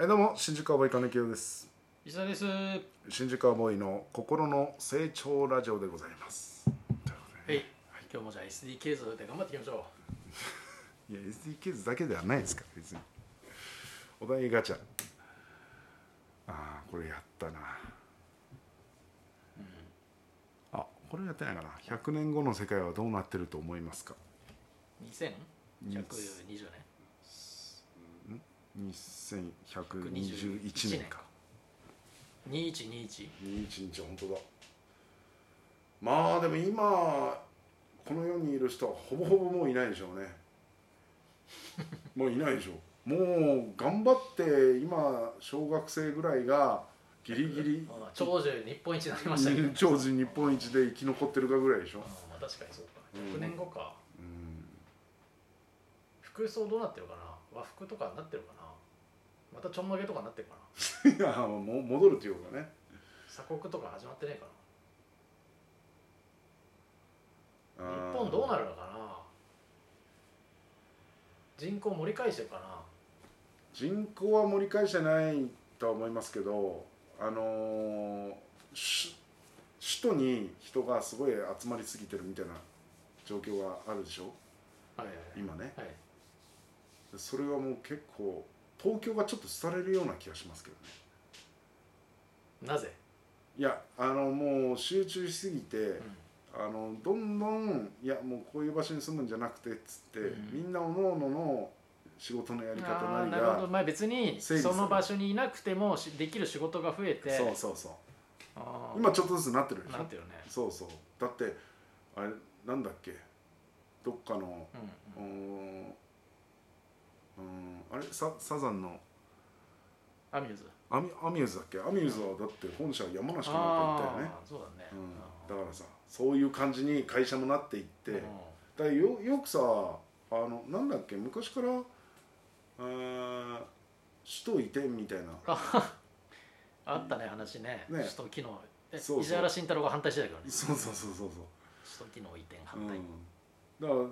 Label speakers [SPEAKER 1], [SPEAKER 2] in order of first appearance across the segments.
[SPEAKER 1] えどうも新宿アボーイ金城です
[SPEAKER 2] 石田ですは
[SPEAKER 1] 新宿アボーイの心の成長ラジオでございますということで
[SPEAKER 2] い今日もじゃあ SD ケースで頑張っていきましょ
[SPEAKER 1] いや SDK ズだけではないですから別にお題ガチャああこれやったな、あこれやってないかな100年後の世界はどうなってると思いますか
[SPEAKER 2] う2120年
[SPEAKER 1] 2121年か
[SPEAKER 2] 2121
[SPEAKER 1] 21日本当だまあでも今この世にいる人はほぼほぼもういないでしょうねもういないでしょうもう頑張って今小学生ぐらいがギリギリ
[SPEAKER 2] まあ長寿日本一になりましたけど、ま
[SPEAKER 1] 長寿日本一で生き残ってるかぐらいでしょ
[SPEAKER 2] あ、確かにそうか
[SPEAKER 1] うん
[SPEAKER 2] 100年後か、
[SPEAKER 1] うん
[SPEAKER 2] 服装どうなってるかな和服とかになってるかなまたちょんまげとかになってるかない
[SPEAKER 1] やもう戻るというかね
[SPEAKER 2] 鎖国とか始まってないか
[SPEAKER 1] 日
[SPEAKER 2] な日本どうなるのかな人口盛り返してるかな
[SPEAKER 1] 人口は盛り返してないとは思いますけどあのーし首都に人がすごい集まりすぎてるみたいな状況があるでしょ
[SPEAKER 2] はいはい
[SPEAKER 1] 今ね
[SPEAKER 2] はい、はい、
[SPEAKER 1] それはもう結構東京がちょっと廃れるような気がしますけどね
[SPEAKER 2] なぜ、
[SPEAKER 1] いやあのもう集中しすぎて、
[SPEAKER 2] うん
[SPEAKER 1] あのどんどんいやもうこういう場所に住むんじゃなくてっつって、
[SPEAKER 2] うん
[SPEAKER 1] みんなおのおのの仕事のやり方
[SPEAKER 2] あ
[SPEAKER 1] な
[SPEAKER 2] ー
[SPEAKER 1] り
[SPEAKER 2] なるほど、
[SPEAKER 1] が
[SPEAKER 2] まあ、別に
[SPEAKER 1] 整理する
[SPEAKER 2] その場所にいなくてもしできる仕事が増えて
[SPEAKER 1] そうそうそう
[SPEAKER 2] あー
[SPEAKER 1] 今ちょっとずつなってるでしょ
[SPEAKER 2] なんていうのね、
[SPEAKER 1] そうそうだってあれなんだっけどっかの
[SPEAKER 2] うん
[SPEAKER 1] うーんうーんあれササザンの
[SPEAKER 2] アミューズ
[SPEAKER 1] アミアミューズだっけアミューズはだって本社は山梨かなんか行ったよね
[SPEAKER 2] あ、ーそうだね、
[SPEAKER 1] うん、だからさそういう感じに会社もなっていって、
[SPEAKER 2] うん
[SPEAKER 1] だからよよくさあのなんだっけ昔からえー首都移転みたいな
[SPEAKER 2] あったね話ね
[SPEAKER 1] ね
[SPEAKER 2] 首都機能え
[SPEAKER 1] そうそう
[SPEAKER 2] 石原慎太郎が反対してたけどね
[SPEAKER 1] そうそうそうそうそう
[SPEAKER 2] 首都機能移転反
[SPEAKER 1] う
[SPEAKER 2] 対、
[SPEAKER 1] ん、だから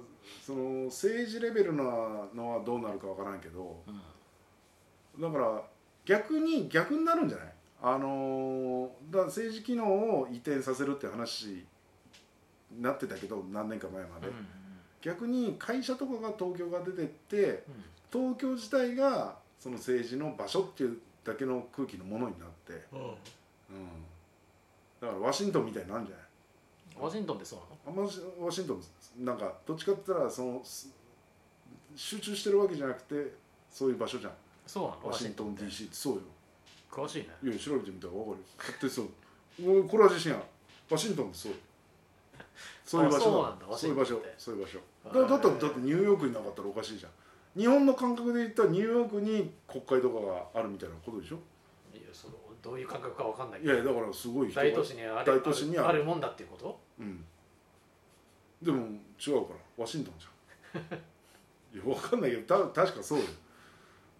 [SPEAKER 1] その政治レベルなのはどうなるかわからんけど
[SPEAKER 2] うん
[SPEAKER 1] だから逆に逆になるんじゃないあのーだから政治機能を移転させるって話になってたけど何年か前まで、
[SPEAKER 2] うんうん
[SPEAKER 1] 逆に会社とかが東京が出てって
[SPEAKER 2] うん
[SPEAKER 1] 東京自体がその政治の場所っていうだけの空気のものになって、うん、だからワシントンみたいになるんじゃない
[SPEAKER 2] ワシントンってそうなの
[SPEAKER 1] あんましワシントンなんかどっちかって言ったらそのす集中してるわけじゃなくてそういう場所じゃん
[SPEAKER 2] そうなの
[SPEAKER 1] ワシントン
[SPEAKER 2] って
[SPEAKER 1] DC ってそうよ
[SPEAKER 2] 詳しいね
[SPEAKER 1] いや調べてみたら分かるよだってそう俺これは自信あるワシントンってそうよそういう場
[SPEAKER 2] そうな
[SPEAKER 1] 所
[SPEAKER 2] んだ
[SPEAKER 1] だそ
[SPEAKER 2] ワシ
[SPEAKER 1] うい
[SPEAKER 2] ン
[SPEAKER 1] う
[SPEAKER 2] ト
[SPEAKER 1] 場
[SPEAKER 2] ンって
[SPEAKER 1] 所そういう場所
[SPEAKER 2] へ
[SPEAKER 1] だ
[SPEAKER 2] ー
[SPEAKER 1] だったらだってニューヨークになかったらおかしいじゃん日本の感覚で言ったらニューヨークに国会とかがあるみたいなことでしょ
[SPEAKER 2] いやそのどういう感覚かわかんない
[SPEAKER 1] い
[SPEAKER 2] け
[SPEAKER 1] やいや
[SPEAKER 2] ど
[SPEAKER 1] だからすごい人が
[SPEAKER 2] 大都市にある
[SPEAKER 1] 大都市にある
[SPEAKER 2] あるもんだっていうこと
[SPEAKER 1] うんでも違うからワシントンじ ゃんいやわかんないけどた確かそうよだ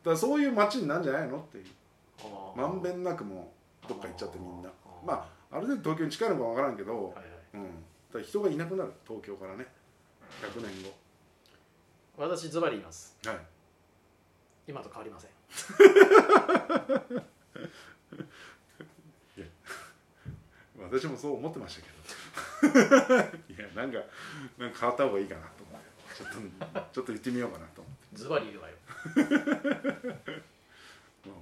[SPEAKER 1] からそういう街になんじゃないのっていう
[SPEAKER 2] あー
[SPEAKER 1] まんべんなくもうどっか行っちゃってみんな
[SPEAKER 2] あー
[SPEAKER 1] まあある程度東京に近いのかわからんけど、
[SPEAKER 2] はいはい、
[SPEAKER 1] うん、だから人がいなくなる東京からね100年後
[SPEAKER 2] 私ズバリ言います
[SPEAKER 1] はい
[SPEAKER 2] 今と変わりません
[SPEAKER 1] 私もそう思ってました けどいやなんかなんか変わった方がいいかなと思ってちょっとちょっと言ってみようかなと思って
[SPEAKER 2] ズバリ言うわよ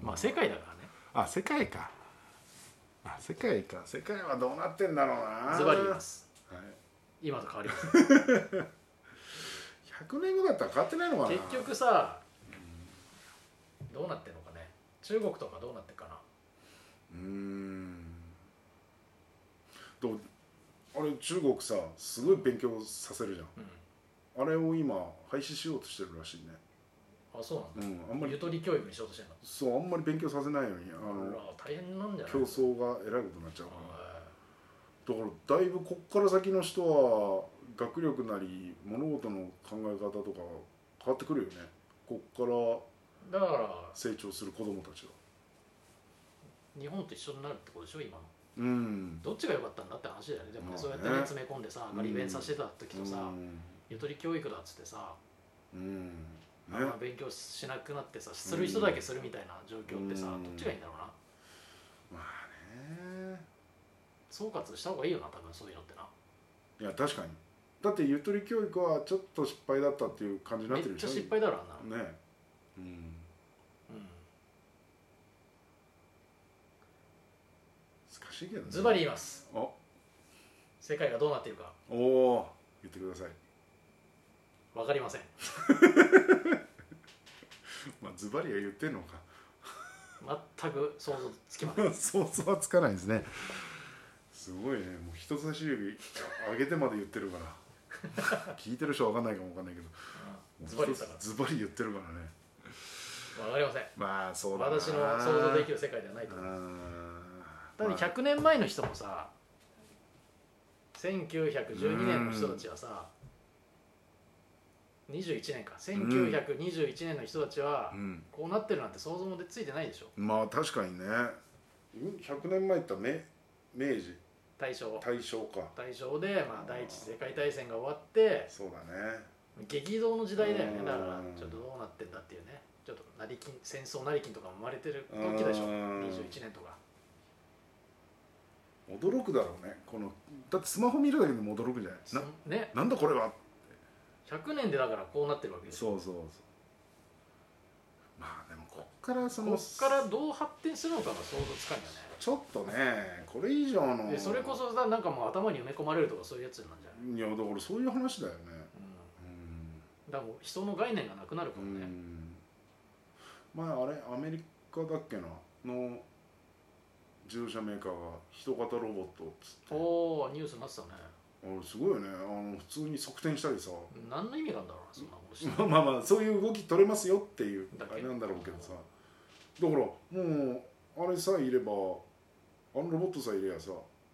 [SPEAKER 1] ま
[SPEAKER 2] ま
[SPEAKER 1] あ
[SPEAKER 2] あ世界だからね
[SPEAKER 1] あ世界かあ世界か世界はどうなってんだろうな
[SPEAKER 2] ズバリ言います
[SPEAKER 1] はい、
[SPEAKER 2] 今と変わりません
[SPEAKER 1] 100年後だったら変わってないのかな
[SPEAKER 2] 結局さどうなってんのかね中国とかどうなってるかな
[SPEAKER 1] うーんどうあれ中国さすごい勉強させるじゃ
[SPEAKER 2] うん
[SPEAKER 1] んあれを今廃止しようとしてるらしいね
[SPEAKER 2] あそうなんだ
[SPEAKER 1] うんあんま
[SPEAKER 2] ゆ
[SPEAKER 1] り
[SPEAKER 2] とり教育にしようとしてんの
[SPEAKER 1] そうあんまり勉強させないようにあ
[SPEAKER 2] あ
[SPEAKER 1] の
[SPEAKER 2] ら大変なんじゃない
[SPEAKER 1] 競争がえらいことになっちゃう
[SPEAKER 2] あ
[SPEAKER 1] からだからだいぶこっから先の人は学力なり物事の考え方とか変わってくるよねこっから
[SPEAKER 2] ーだから
[SPEAKER 1] 成長する子供たちは
[SPEAKER 2] 日本と一緒になるってことでしょ今の
[SPEAKER 1] うん
[SPEAKER 2] どっちが良かったんだって話だよねでも
[SPEAKER 1] まあ
[SPEAKER 2] ね
[SPEAKER 1] ね
[SPEAKER 2] そうやってね詰め込んでさ
[SPEAKER 1] うん
[SPEAKER 2] ガリ勉させてた時とさ
[SPEAKER 1] うん
[SPEAKER 2] ゆとり教育だっつってさ
[SPEAKER 1] うん
[SPEAKER 2] あんま勉強しなくなってさする人だけするみたいな状況ってさ、
[SPEAKER 1] うん
[SPEAKER 2] どっちがいいんだろうな
[SPEAKER 1] まあね
[SPEAKER 2] 総括した方がいいよな多分そういうのってない
[SPEAKER 1] や確かにだってゆとり教育はちょっと失敗だったっていう感じにな
[SPEAKER 2] め
[SPEAKER 1] っ
[SPEAKER 2] って
[SPEAKER 1] るでし
[SPEAKER 2] ち
[SPEAKER 1] ょ
[SPEAKER 2] ゃ失敗だろあんなの、
[SPEAKER 1] ねうん
[SPEAKER 2] うん
[SPEAKER 1] 難しいけどね
[SPEAKER 2] ズバリ言います
[SPEAKER 1] あ
[SPEAKER 2] 世界がどうなっているか
[SPEAKER 1] おお言ってください
[SPEAKER 2] 分かりません
[SPEAKER 1] まあズバリは言ってんのか
[SPEAKER 2] 全く想像つきません
[SPEAKER 1] 想像はつかないですねすごいねもう人差し指上げてまで言ってるから 聞いてる人は分かんないかも分かんないけど
[SPEAKER 2] うんズバリ言ったから
[SPEAKER 1] ズバリ言ってるからね
[SPEAKER 2] 分かりません
[SPEAKER 1] まあそうだな
[SPEAKER 2] 私の想像できる世界ではないと
[SPEAKER 1] う
[SPEAKER 2] 思
[SPEAKER 1] ん
[SPEAKER 2] う
[SPEAKER 1] ま
[SPEAKER 2] だ
[SPEAKER 1] あ
[SPEAKER 2] って100年前の人もさ1912年の人たちはさ21年か1921年の人たちは
[SPEAKER 1] うん
[SPEAKER 2] こうなってるなんて想像もでついてないでしょ
[SPEAKER 1] まあ確かにね100年前って言ったら明明治
[SPEAKER 2] 大正
[SPEAKER 1] 大正か
[SPEAKER 2] 大正で、まあ、第一次世界大戦が終わって
[SPEAKER 1] そうだね
[SPEAKER 2] 激動の時代だよねだから
[SPEAKER 1] うん
[SPEAKER 2] ちょっとどうなってんだっていうねちょっと成金戦争成金とかも生まれてる時でしょ
[SPEAKER 1] うん
[SPEAKER 2] 21年とか
[SPEAKER 1] 驚くだろうねこのだってスマホ見るだけでも驚くじゃない
[SPEAKER 2] そね
[SPEAKER 1] ななんだこれは
[SPEAKER 2] 100年でだからこうなってるわけですよ
[SPEAKER 1] そうそうそうまあでもこっからその
[SPEAKER 2] こっからどう発展するのかが想像つかんよね
[SPEAKER 1] ちょっとねこれ以上の
[SPEAKER 2] でそれこそさなんかもう頭に埋め込まれるとかそういうやつなんじゃない、
[SPEAKER 1] いやだからそういう話だよね
[SPEAKER 2] うん、
[SPEAKER 1] うん
[SPEAKER 2] だからもう人の概念がなくなるか
[SPEAKER 1] う
[SPEAKER 2] らね、
[SPEAKER 1] ん前あれアメリカだっけなの自動車メーカーが人型ロボットっつってあ
[SPEAKER 2] おおニュースになってたね
[SPEAKER 1] れすごいよねあの普通に側転したりさ
[SPEAKER 2] 何の意味があるんだろうなそんなことして
[SPEAKER 1] まあまあまあそういう動き取れますよっていう
[SPEAKER 2] だけ
[SPEAKER 1] あれなんだろうけどさだからもうあれさえいればあのロボットさえいればさ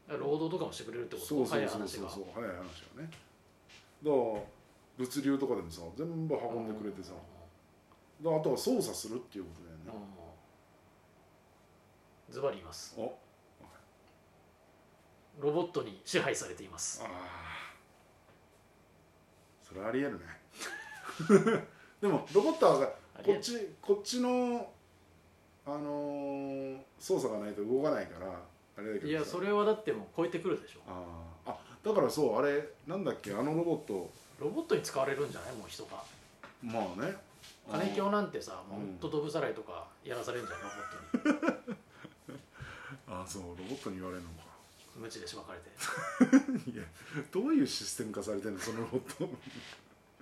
[SPEAKER 2] 労働とかもしてくれるってこと
[SPEAKER 1] そうそうそうそう
[SPEAKER 2] 話
[SPEAKER 1] そう
[SPEAKER 2] が
[SPEAKER 1] 早い話よねだから物流とかでもさ全部運んでくれてさだからあとは操作するっていうことだよね、
[SPEAKER 2] うんズバリ言います
[SPEAKER 1] お
[SPEAKER 2] ロボットに支配されています
[SPEAKER 1] ああそれあり えるねでもロボットはさ
[SPEAKER 2] あり
[SPEAKER 1] こ
[SPEAKER 2] え
[SPEAKER 1] っ
[SPEAKER 2] る
[SPEAKER 1] ちこっちのあのー操作がないと動かないからあれだけど
[SPEAKER 2] いや
[SPEAKER 1] さ
[SPEAKER 2] それはだってもう超えてくるでしょ
[SPEAKER 1] あーあだからそうあれなんだっけあのロボット
[SPEAKER 2] ロボットに使われるんじゃないもう人が
[SPEAKER 1] まあね
[SPEAKER 2] 金京なんてさ
[SPEAKER 1] うん
[SPEAKER 2] もうほんとドブさらいとかやらされるんじゃないロボット
[SPEAKER 1] あーそうロボットに言われるのか
[SPEAKER 2] に無知でしばかれて
[SPEAKER 1] いやどういうシステム化されてんのそのロボット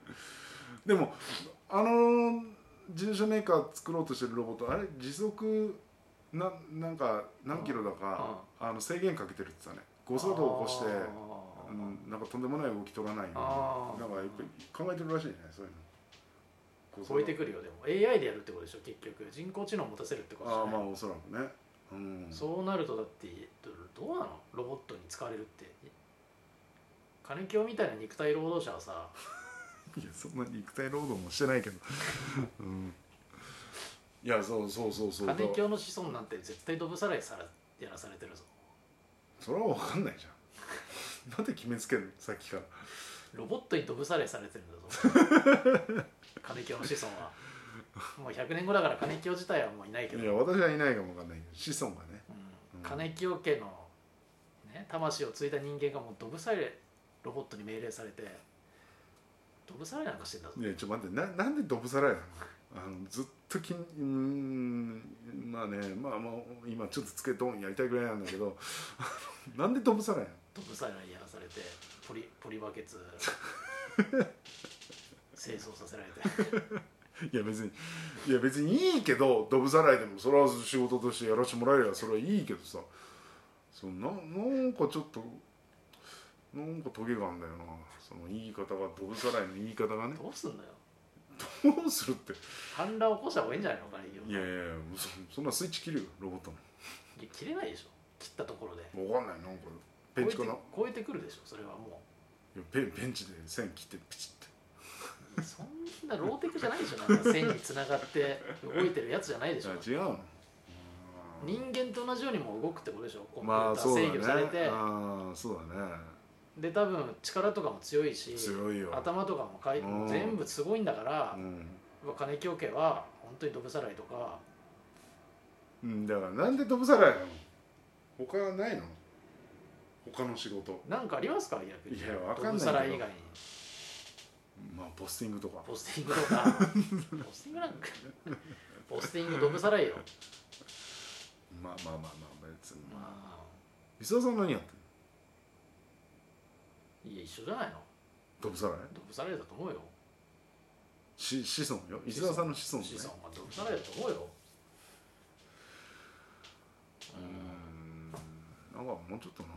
[SPEAKER 1] でもあの自動車メーカー作ろうとしてるロボットあれ時速ななんか何キロだか、あの制限かけてるって言ってたね誤作動を起こして、
[SPEAKER 2] あー
[SPEAKER 1] うん、なんかとんでもない動き取らないように
[SPEAKER 2] あー
[SPEAKER 1] なんかやっぱり考えてるらしいねそういうの誤作
[SPEAKER 2] 超
[SPEAKER 1] 動
[SPEAKER 2] えてくるよでも AI でやるってことでしょ結局人工知能を持たせるってことでし
[SPEAKER 1] あ
[SPEAKER 2] ょ
[SPEAKER 1] あまあおそらくねうん
[SPEAKER 2] そうなるとだってどどうなのロボットに使われるって金清みたいな肉体労働者はさ
[SPEAKER 1] いやそんな肉体労働もしてないけど、うん、いやそうそうそうそうだ
[SPEAKER 2] 金清の子孫なんて絶対ドブさらいさらやらされてるぞ
[SPEAKER 1] それは分かんないじゃんなんで決めつけるのさっきから
[SPEAKER 2] ロボットにドブさらいされてるんだ ぞ金清の子孫はもう100年後だから金清自体はもういないけど、
[SPEAKER 1] いうや私はいないかも分かんないけど子孫がね
[SPEAKER 2] ん金清家の、ね、魂を継いだ人間がもうドブさらいロボットに命令されてドブさらいなんかしてんだぞ
[SPEAKER 1] いやちょっと待ってななんでドブさらいなのあのずっときんうーんまあねまあもう今ちょっとつけドンやりたいぐらいなんだけど なんでドブさらいなの
[SPEAKER 2] トップサイラーにやらされてポリポリバ ケツ清掃させられて
[SPEAKER 1] いや別にいや別にいいけどドブさらいでもそれは仕事としてやらせてもらえればそれはいいけどさそのななんかちょっとなんかトゲがあんだよなその言い方がドブさらいの言い方がね
[SPEAKER 2] どうすんだよ
[SPEAKER 1] どうするって
[SPEAKER 2] 反乱起こした方がいいんじゃないのかね
[SPEAKER 1] いやいやいやそそんなスイッチ切るよロボット
[SPEAKER 2] いや切れないでしょ切ったところで
[SPEAKER 1] のわかんないなんかベンチかな
[SPEAKER 2] 超えて超えてくるでしょそれはも
[SPEAKER 1] いやベンベンチで線切ってピチって
[SPEAKER 2] うそんなローテクじゃないでしょなんか線につながって動いてるやつじゃないでしょ
[SPEAKER 1] あ違うの
[SPEAKER 2] 人間と同じようにもう動くってことでしょコンピュ
[SPEAKER 1] ま
[SPEAKER 2] ー
[SPEAKER 1] あ
[SPEAKER 2] タ
[SPEAKER 1] そうだ
[SPEAKER 2] ー
[SPEAKER 1] ね
[SPEAKER 2] 制御されて、
[SPEAKER 1] ああそうだね
[SPEAKER 2] で多分力とかも強いし
[SPEAKER 1] 強いよ
[SPEAKER 2] 頭とかもかい
[SPEAKER 1] うん
[SPEAKER 2] 全部すごいんだから、
[SPEAKER 1] うん
[SPEAKER 2] まあ金清家は本当にドブさらいとか
[SPEAKER 1] うんだからなんでドブさらいなの他ないの他の仕事
[SPEAKER 2] なんかありますか逆に
[SPEAKER 1] いやわかんない
[SPEAKER 2] ドブさらい以外に
[SPEAKER 1] まあポスティングとか
[SPEAKER 2] ポスティング とかポスティングなんかポスティングドブさらいよ
[SPEAKER 1] まあまあまあまあ別に
[SPEAKER 2] ま
[SPEAKER 1] 三沢さん何やってんの
[SPEAKER 2] あいや一緒じゃないの
[SPEAKER 1] ドブさらい
[SPEAKER 2] ドブさらいだと思うよ
[SPEAKER 1] し子孫よ石沢さんの子孫ね
[SPEAKER 2] 子孫はドブさらいだと思うよ
[SPEAKER 1] うーんなんかもうちょっとな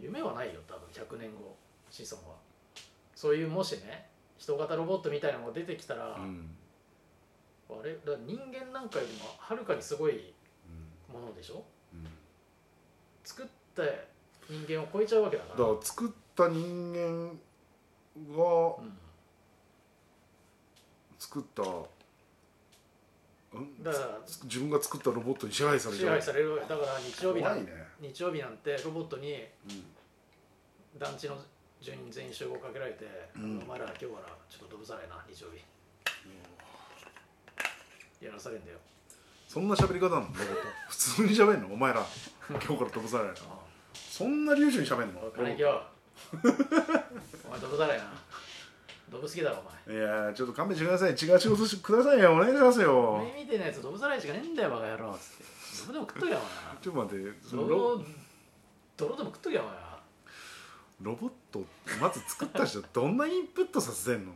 [SPEAKER 2] 夢はないよ多分100年後子孫はそういうもしね人型ロボットみたいなのが出てきたら、
[SPEAKER 1] うん
[SPEAKER 2] あれだから人間なんかよりもはるかにすごいものでしょ
[SPEAKER 1] うんうん
[SPEAKER 2] 作った人間を超えちゃうわけだか
[SPEAKER 1] だか
[SPEAKER 2] ら
[SPEAKER 1] ら作った人間が
[SPEAKER 2] う
[SPEAKER 1] 作ったうん
[SPEAKER 2] ん、だから
[SPEAKER 1] つ自分が作ったロボットに支配され
[SPEAKER 2] 支
[SPEAKER 1] ちゃう
[SPEAKER 2] 配されるわけだから日曜日な
[SPEAKER 1] 怖い
[SPEAKER 2] ん
[SPEAKER 1] ね
[SPEAKER 2] 日曜日なんてロボットに
[SPEAKER 1] うん
[SPEAKER 2] 団地の住人全員集合かけられて「
[SPEAKER 1] うん
[SPEAKER 2] お前ら今日からちょっとどぶさらいな日曜日」やらされんだよ
[SPEAKER 1] そんな喋り方なのロボット普通に喋んのお前ら今日から飛ばされないなそんな流暢に喋んの
[SPEAKER 2] 「おい金木よお前どぶさらいなどぶ好きだろ
[SPEAKER 1] いやーちょっと勘弁してください違う仕事してくださいよお願いします
[SPEAKER 2] お
[SPEAKER 1] よ
[SPEAKER 2] 前目見てないやつどぶさらいしかねえんだよバカ野郎」っつって「どぶでも食っとけよお
[SPEAKER 1] ちょっと待ってそ
[SPEAKER 2] 前
[SPEAKER 1] の
[SPEAKER 2] な
[SPEAKER 1] ロ
[SPEAKER 2] 泥泥でも食っとけよお前な
[SPEAKER 1] ロボットまず作った人どんなインプットさせてんの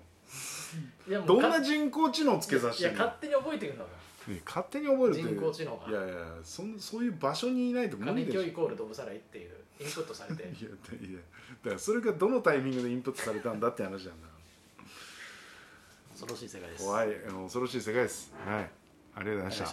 [SPEAKER 2] いやもう
[SPEAKER 1] どんな
[SPEAKER 2] 勝
[SPEAKER 1] 人工知能つけさ
[SPEAKER 2] い
[SPEAKER 1] せて
[SPEAKER 2] や
[SPEAKER 1] んの
[SPEAKER 2] 勝手に覚えてくんだもん
[SPEAKER 1] ね勝手に覚えるって
[SPEAKER 2] 人工知能が
[SPEAKER 1] いやいやそんそういう場所にいないと無
[SPEAKER 2] 金
[SPEAKER 1] 理でし
[SPEAKER 2] 木
[SPEAKER 1] ょ
[SPEAKER 2] イコールどぶさらいっていうインプットされて
[SPEAKER 1] いやだいやだからそれがどのタイミングでインプットされたんだって話なんだ
[SPEAKER 2] 恐ろしい世界です
[SPEAKER 1] 怖いあの恐ろしい世界ですはいありがとうございました